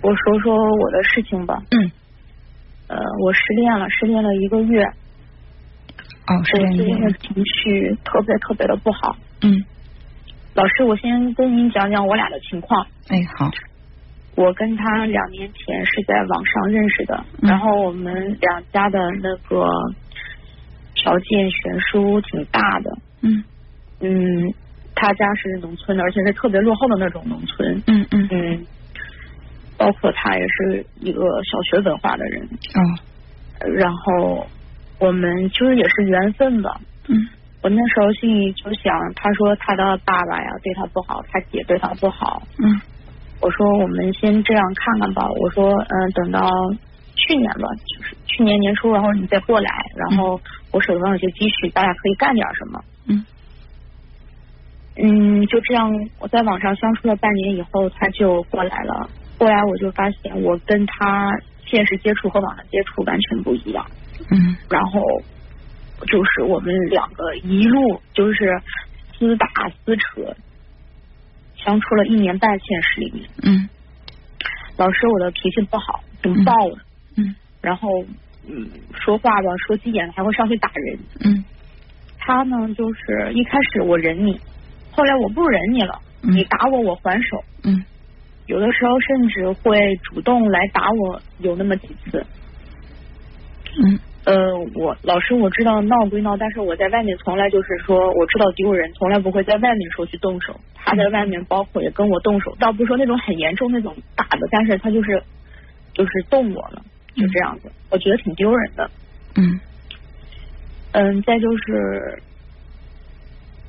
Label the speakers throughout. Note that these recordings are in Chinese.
Speaker 1: 我说说我的事情吧。
Speaker 2: 嗯，
Speaker 1: 呃，我失恋了，失恋了一个月，
Speaker 2: 哦，是
Speaker 1: 我最
Speaker 2: 这
Speaker 1: 近
Speaker 2: 样
Speaker 1: 的
Speaker 2: 的，
Speaker 1: 情绪特别特别的不好。
Speaker 2: 嗯，
Speaker 1: 老师，我先跟您讲讲我俩的情况。
Speaker 2: 哎，好，
Speaker 1: 我跟他两年前是在网上认识的，
Speaker 2: 嗯
Speaker 1: 然后我们两家的那个条件悬殊挺大的。
Speaker 2: 嗯
Speaker 1: 嗯，他家是农村的，而且是特别落后的那种农村。
Speaker 2: 嗯嗯，
Speaker 1: 嗯，包括他也是一个小学文化的人，
Speaker 2: 哦，
Speaker 1: 然后我们其实也是缘分吧。
Speaker 2: 嗯
Speaker 1: 我那时候心里就想，他说他的爸爸呀对他不好，他姐对他不好。
Speaker 2: 嗯
Speaker 1: 我说我们先这样看看吧。我说嗯、等到去年吧，就是去年年初，然后你再过来，然后我手上有些积蓄，咱俩可以干点什么。
Speaker 2: 嗯
Speaker 1: 嗯，就这样，我在网上相处了半年以后，他就过来了。后来我就发现，我跟他现实接触和网上接触完全不一样。
Speaker 2: 嗯
Speaker 1: 然后就是我们两个一路就是厮打厮扯，相处了一年半，现实里面，
Speaker 2: 嗯
Speaker 1: 老师我的脾气不好，挺暴的，
Speaker 2: 嗯
Speaker 1: 然后嗯说话吧，说急眼了还会上去打人。
Speaker 2: 嗯
Speaker 1: 他呢，就是一开始我忍你，后来我不忍你了，
Speaker 2: 嗯
Speaker 1: 你打我我还手，
Speaker 2: 嗯
Speaker 1: 有的时候甚至会主动来打我，有那么几次。
Speaker 2: 嗯
Speaker 1: 呃，我老师我知道闹归闹，但是我在外面从来就是说我知道丢人，从来不会在外面说去动手。他在外面包括也跟我动手，倒不是说那种很严重那种打的，但是他就是就是动我了，就这样子，我觉得挺丢人的。
Speaker 2: 嗯
Speaker 1: 嗯，再就是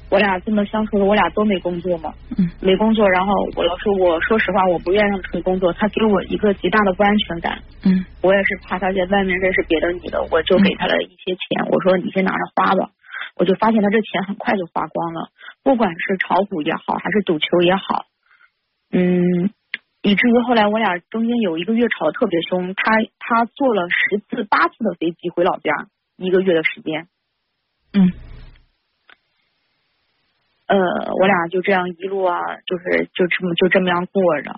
Speaker 1: 我俩这么相处的，我俩都没工作嘛，
Speaker 2: 嗯
Speaker 1: 没工作，然后我老师我说实话我不愿意让他出去工作，他给我一个极大的不安全感。
Speaker 2: 嗯
Speaker 1: 我也是怕他在外面认识别的女的，我就给他了一些钱，我说你先拿着花吧。我就发现他这钱很快就花光了，不管是炒股也好，还是赌球也好，嗯，以至于后来我俩中间有一个月吵得特别凶，他他坐了十次八次的飞机回老家，一个月的时间，
Speaker 2: 嗯
Speaker 1: 呃，我俩就这样一路啊，就是就这么就这么样过着，然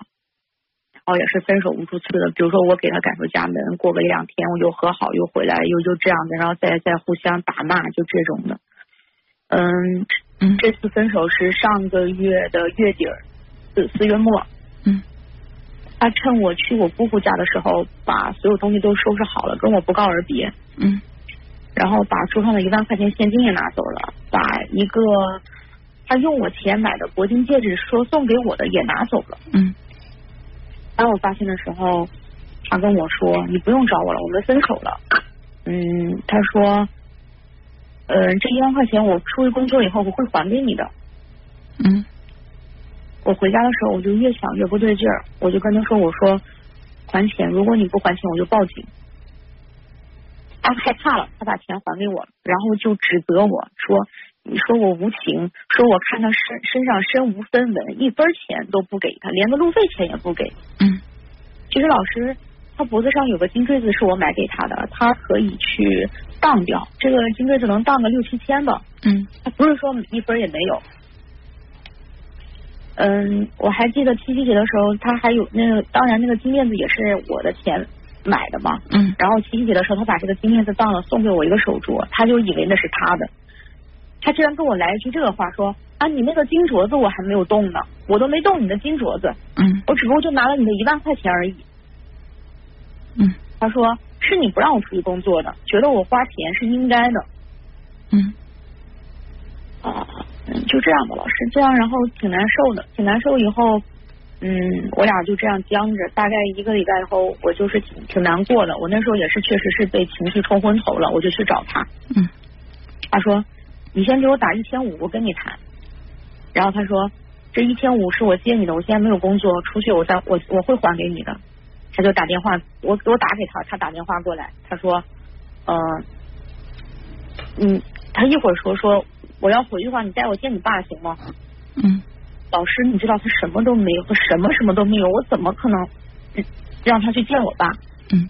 Speaker 1: 后哦也是分手无数次的。比如说我给他赶出家门，过个一两天我又和好，又回来，又又这样的，然后再再互相打骂，就这种的。嗯，
Speaker 2: 嗯
Speaker 1: 这次分手是上个月的月底儿，四四月末。
Speaker 2: 嗯
Speaker 1: 他趁我去我姑姑家的时候，把所有东西都收拾好了，跟我不告而别。
Speaker 2: 嗯
Speaker 1: 然后把桌上的一万块钱现金也拿走了，把一个他用我钱买的铂金戒指说送给我的也拿走了。
Speaker 2: 嗯
Speaker 1: 当我发现的时候，他跟我说：“你不用找我了，我们分手了。”嗯，他说：“呃，这一万块钱我出去工作以后我会还给你的。”
Speaker 2: 嗯
Speaker 1: 我回家的时候我就越想越不对劲儿，我就跟他说：“我说还钱，如果你不还钱我就报警。”他害怕了，他把钱还给我了，然后就指责我说：“你说我无情，说我看他身身上身无分文，一分钱都不给他，连个路费钱也不给。
Speaker 2: 嗯
Speaker 1: 其实老师他脖子上有个金坠子是我买给他的，他可以去当掉，这个金坠子能当个六七千吧。
Speaker 2: 嗯
Speaker 1: 他不是说一分也没有。嗯，我还记得七夕节的时候，他还有那个，当然那个金链子也是我的钱买的嘛。
Speaker 2: 嗯
Speaker 1: 然后七夕节的时候，他把这个金链子当了，送给我一个手镯，他就以为那是他的。他居然跟我来一句这个话，说啊，你那个金镯子我还没有动呢，我都没动你的金镯子，
Speaker 2: 嗯
Speaker 1: 我只不过就拿了你的一万块钱而已。
Speaker 2: 嗯
Speaker 1: 他说是你不让我出去工作的，觉得我花钱是应该的。
Speaker 2: 嗯
Speaker 1: 啊，嗯，就这样吧，老师，这样然后挺难受的，挺难受。以后，嗯，我俩就这样僵着，大概一个礼拜以后，我就是挺挺难过的。我那时候也是确实是被情绪冲昏头了，我就去找他，
Speaker 2: 嗯
Speaker 1: 他说你先给我打一千五，我跟你谈。然后他说这一千五是我借你的，我现在没有工作，出去我再我我会还给你的。他就打电话，我我打给他，他打电话过来，他说，呃，嗯，他一会儿说说我要回去的话，你带我见你爸行吗？
Speaker 2: 嗯
Speaker 1: 老师，你知道他什么都没有，他什么什么都没有，我怎么可能嗯让他去见我爸？
Speaker 2: 嗯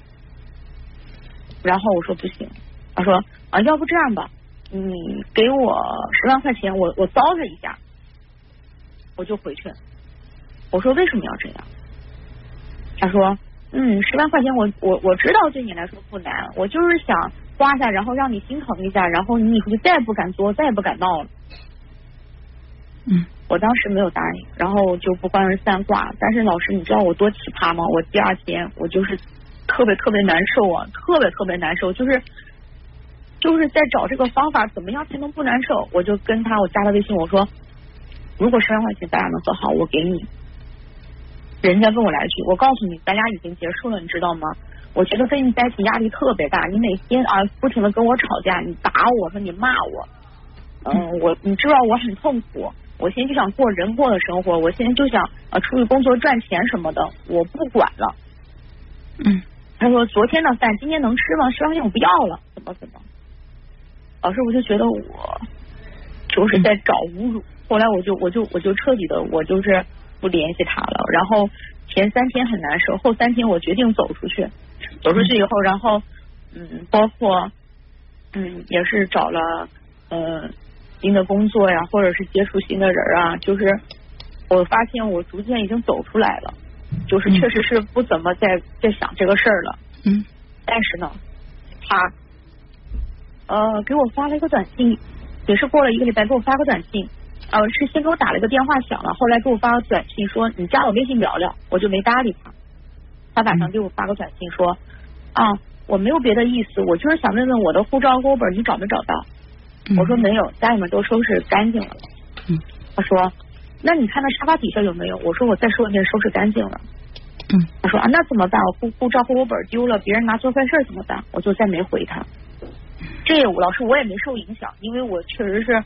Speaker 1: 然后我说不行，他说啊，要不这样吧，你给我十万块钱，我我糟蹋一下，我就回去。我说为什么要这样？他说，嗯，十万块钱我我我知道对你来说不难，我就是想花下，然后让你心疼一下，然后你以后就再也不敢作，再也不敢闹了。
Speaker 2: 嗯
Speaker 1: 我当时没有答应，然后就不欢而散挂。但是老师，你知道我多奇葩吗？我第二天我就是特别特别难受啊，特别特别难受，就是就是在找这个方法，怎么样才能不难受？我就跟他，我加他微信，我说，如果十万块钱咱俩能和好，我给你。人家问我来一句，我告诉你，咱俩已经结束了，你知道吗？我觉得跟你在一起压力特别大，你每天啊不停的跟我吵架，你打我说你骂我，嗯，我你知道我很痛苦，我现在就想过人过的生活，我现在就想呃出去工作赚钱什么的，我不管了。
Speaker 2: 嗯
Speaker 1: 他说昨天的饭今天能吃吗？十万块钱我不要了，怎么怎么？老师，我就觉得我就是在找侮辱。后来我就我就我就彻底的我就是不联系他了。然后前三天很难受，后三天我决定走出去。走出去以后，然后嗯，包括嗯也是找了呃新的工作呀，或者是接触新的人啊，就是我发现我逐渐已经走出来了，就是确实是不怎么在在想这个事儿了。
Speaker 2: 嗯
Speaker 1: 但是呢，他呃给我发了一个短信，也是过了一个礼拜给我发个短信，呃是先给我打了一个电话响了，后来给我发个短信说你加我微信聊聊，我就没搭理他。他晚上给我发个短信说啊我没有别的意思，我就是想问问我的护照跟我本儿你找没找到？
Speaker 2: 嗯，
Speaker 1: 我说没有，家里面都收拾干净了。
Speaker 2: 嗯，
Speaker 1: 他说那你看那沙发底下有没有？我说我再说一遍，收拾干净了。
Speaker 2: 嗯
Speaker 1: 他说啊，那怎么办？我护护照、户口本丢了，别人拿做坏事儿怎么办？我就再没回他。这我老师我也没受影响，因为我确实
Speaker 2: 啊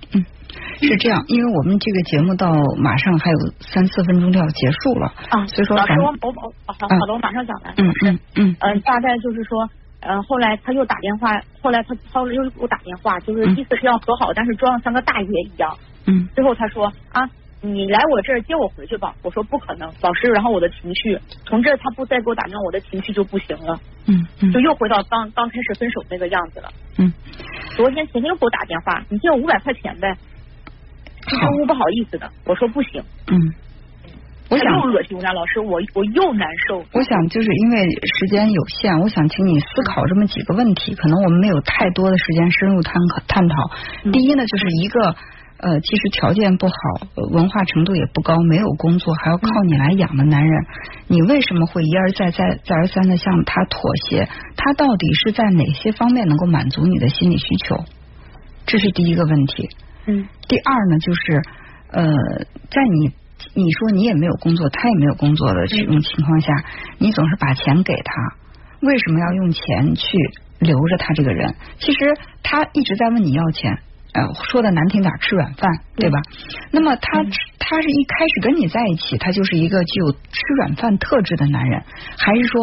Speaker 1: 是
Speaker 2: 是这样，因为我们这个节目到马上还有三四分钟就要结束了，
Speaker 1: 啊，
Speaker 2: 所以说
Speaker 1: 老师
Speaker 2: 咱们
Speaker 1: 我我我好好的，我马上讲完。
Speaker 2: 嗯嗯嗯
Speaker 1: 嗯，大概就是说，呃，后来他又打电话，后来他后来又给我打电话，就是
Speaker 2: 嗯
Speaker 1: 意思是要和好，但是装的像个大爷一样。
Speaker 2: 嗯
Speaker 1: 最后他说啊，你来我这儿接我回去吧。我说不可能，老师。然后我的情绪从这儿他不再给我打电话，我的情绪就不行了，
Speaker 2: 嗯嗯
Speaker 1: 就又回到刚刚开始分手那个样子了。
Speaker 2: 嗯，
Speaker 1: 昨天前天又给我打电话，你借我五百块钱呗，支支
Speaker 2: 好，
Speaker 1: 吾吾不好意思的，我说不行，
Speaker 2: 嗯，哎我
Speaker 1: 他
Speaker 2: 想
Speaker 1: 又恶心我了，老师，我我又难受，
Speaker 2: 我想就是因为时间有限，我想请你思考这么几个问题，可能我们没有太多的时间深入探讨探讨。
Speaker 1: 嗯
Speaker 2: 第一呢，就是一个。呃，其实条件不好，呃文化程度也不高，没有工作还要靠你来养的男人，你为什么会一而再、再再而三的向他妥协？他到底是在哪些方面能够满足你的心理需求？这是第一个问题。
Speaker 1: 嗯
Speaker 2: 第二呢，就是呃，在你你说你也没有工作，他也没有工作的这种情况下，你总是把钱给他，为什么要用钱去留着他这个人？其实他一直在问你要钱。呃，说的难听点儿，吃软饭，对吧？那么他、
Speaker 1: 嗯
Speaker 2: 他是一开始跟你在一起，他就是一个具有吃软饭特质的男人，还是说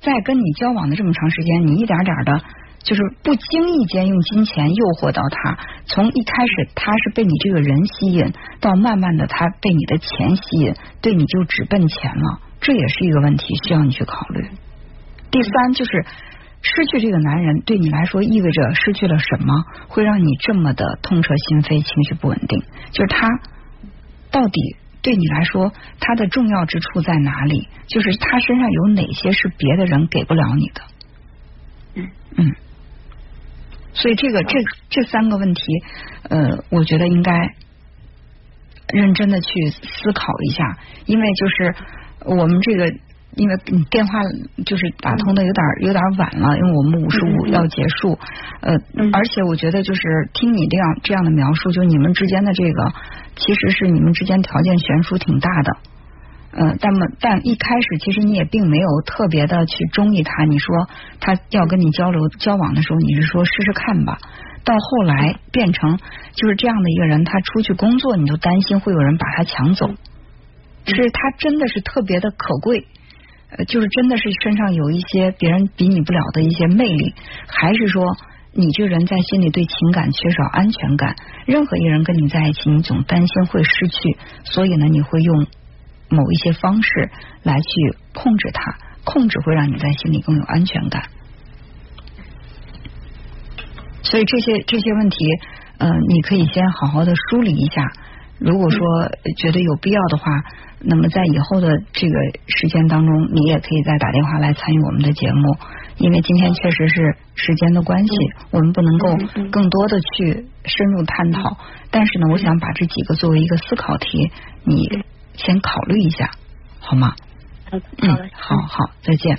Speaker 2: 在跟你交往的这么长时间，你一点点的，就是不经意间用金钱诱惑到他，从一开始他是被你这个人吸引，到慢慢的他被你的钱吸引，对你就只奔钱了，这也是一个问题，需要你去考虑。第三就是失去这个男人对你来说意味着失去了什么，会让你这么的痛彻心扉，情绪不稳定？就是他到底对你来说他的重要之处在哪里？就是他身上有哪些是别的人给不了你的？
Speaker 1: 嗯
Speaker 2: 嗯。所以这个这这三个问题，呃，我觉得应该认真的去思考一下，因为就是我们这个。因为你电话就是打通的有点儿有点儿晚了，因为我们五十
Speaker 1: 嗯
Speaker 2: 五
Speaker 1: 嗯嗯
Speaker 2: 要结束，呃，
Speaker 1: 嗯
Speaker 2: 而且我觉得就是听你这样这样的描述，就你们之间的这个其实是你们之间条件悬殊挺大的，呃，但么但一开始其实你也并没有特别的去中意他，你说他要跟你交流交往的时候，你是说试试看吧。到后来变成就是这样的一个人，他出去工作，你就担心会有人把他抢走，是他真的是特别的可贵，呃，就是真的是身上有一些别人比拟不了的一些魅力，还是说你这个人在心里对情感缺少安全感？任何一个人跟你在一起，你总担心会失去，所以呢，你会用某一些方式来去控制他，控制会让你在心里更有安全感。所以这些这些问题，
Speaker 1: 嗯
Speaker 2: 呃，你可以先好好的梳理一下。如果说呃觉得有必要的话，那么在以后的这个时间当中，你也可以再打电话来参与我们的节目，因为今天确实是时间的关系，我们不能够
Speaker 1: 嗯嗯
Speaker 2: 更多的去深入探讨。但是呢，我想把这几个作为一个思考题，
Speaker 1: 嗯
Speaker 2: 你先考虑一下，好吗？
Speaker 1: 好的，
Speaker 2: 嗯
Speaker 1: 好的，，
Speaker 2: 好好，再见。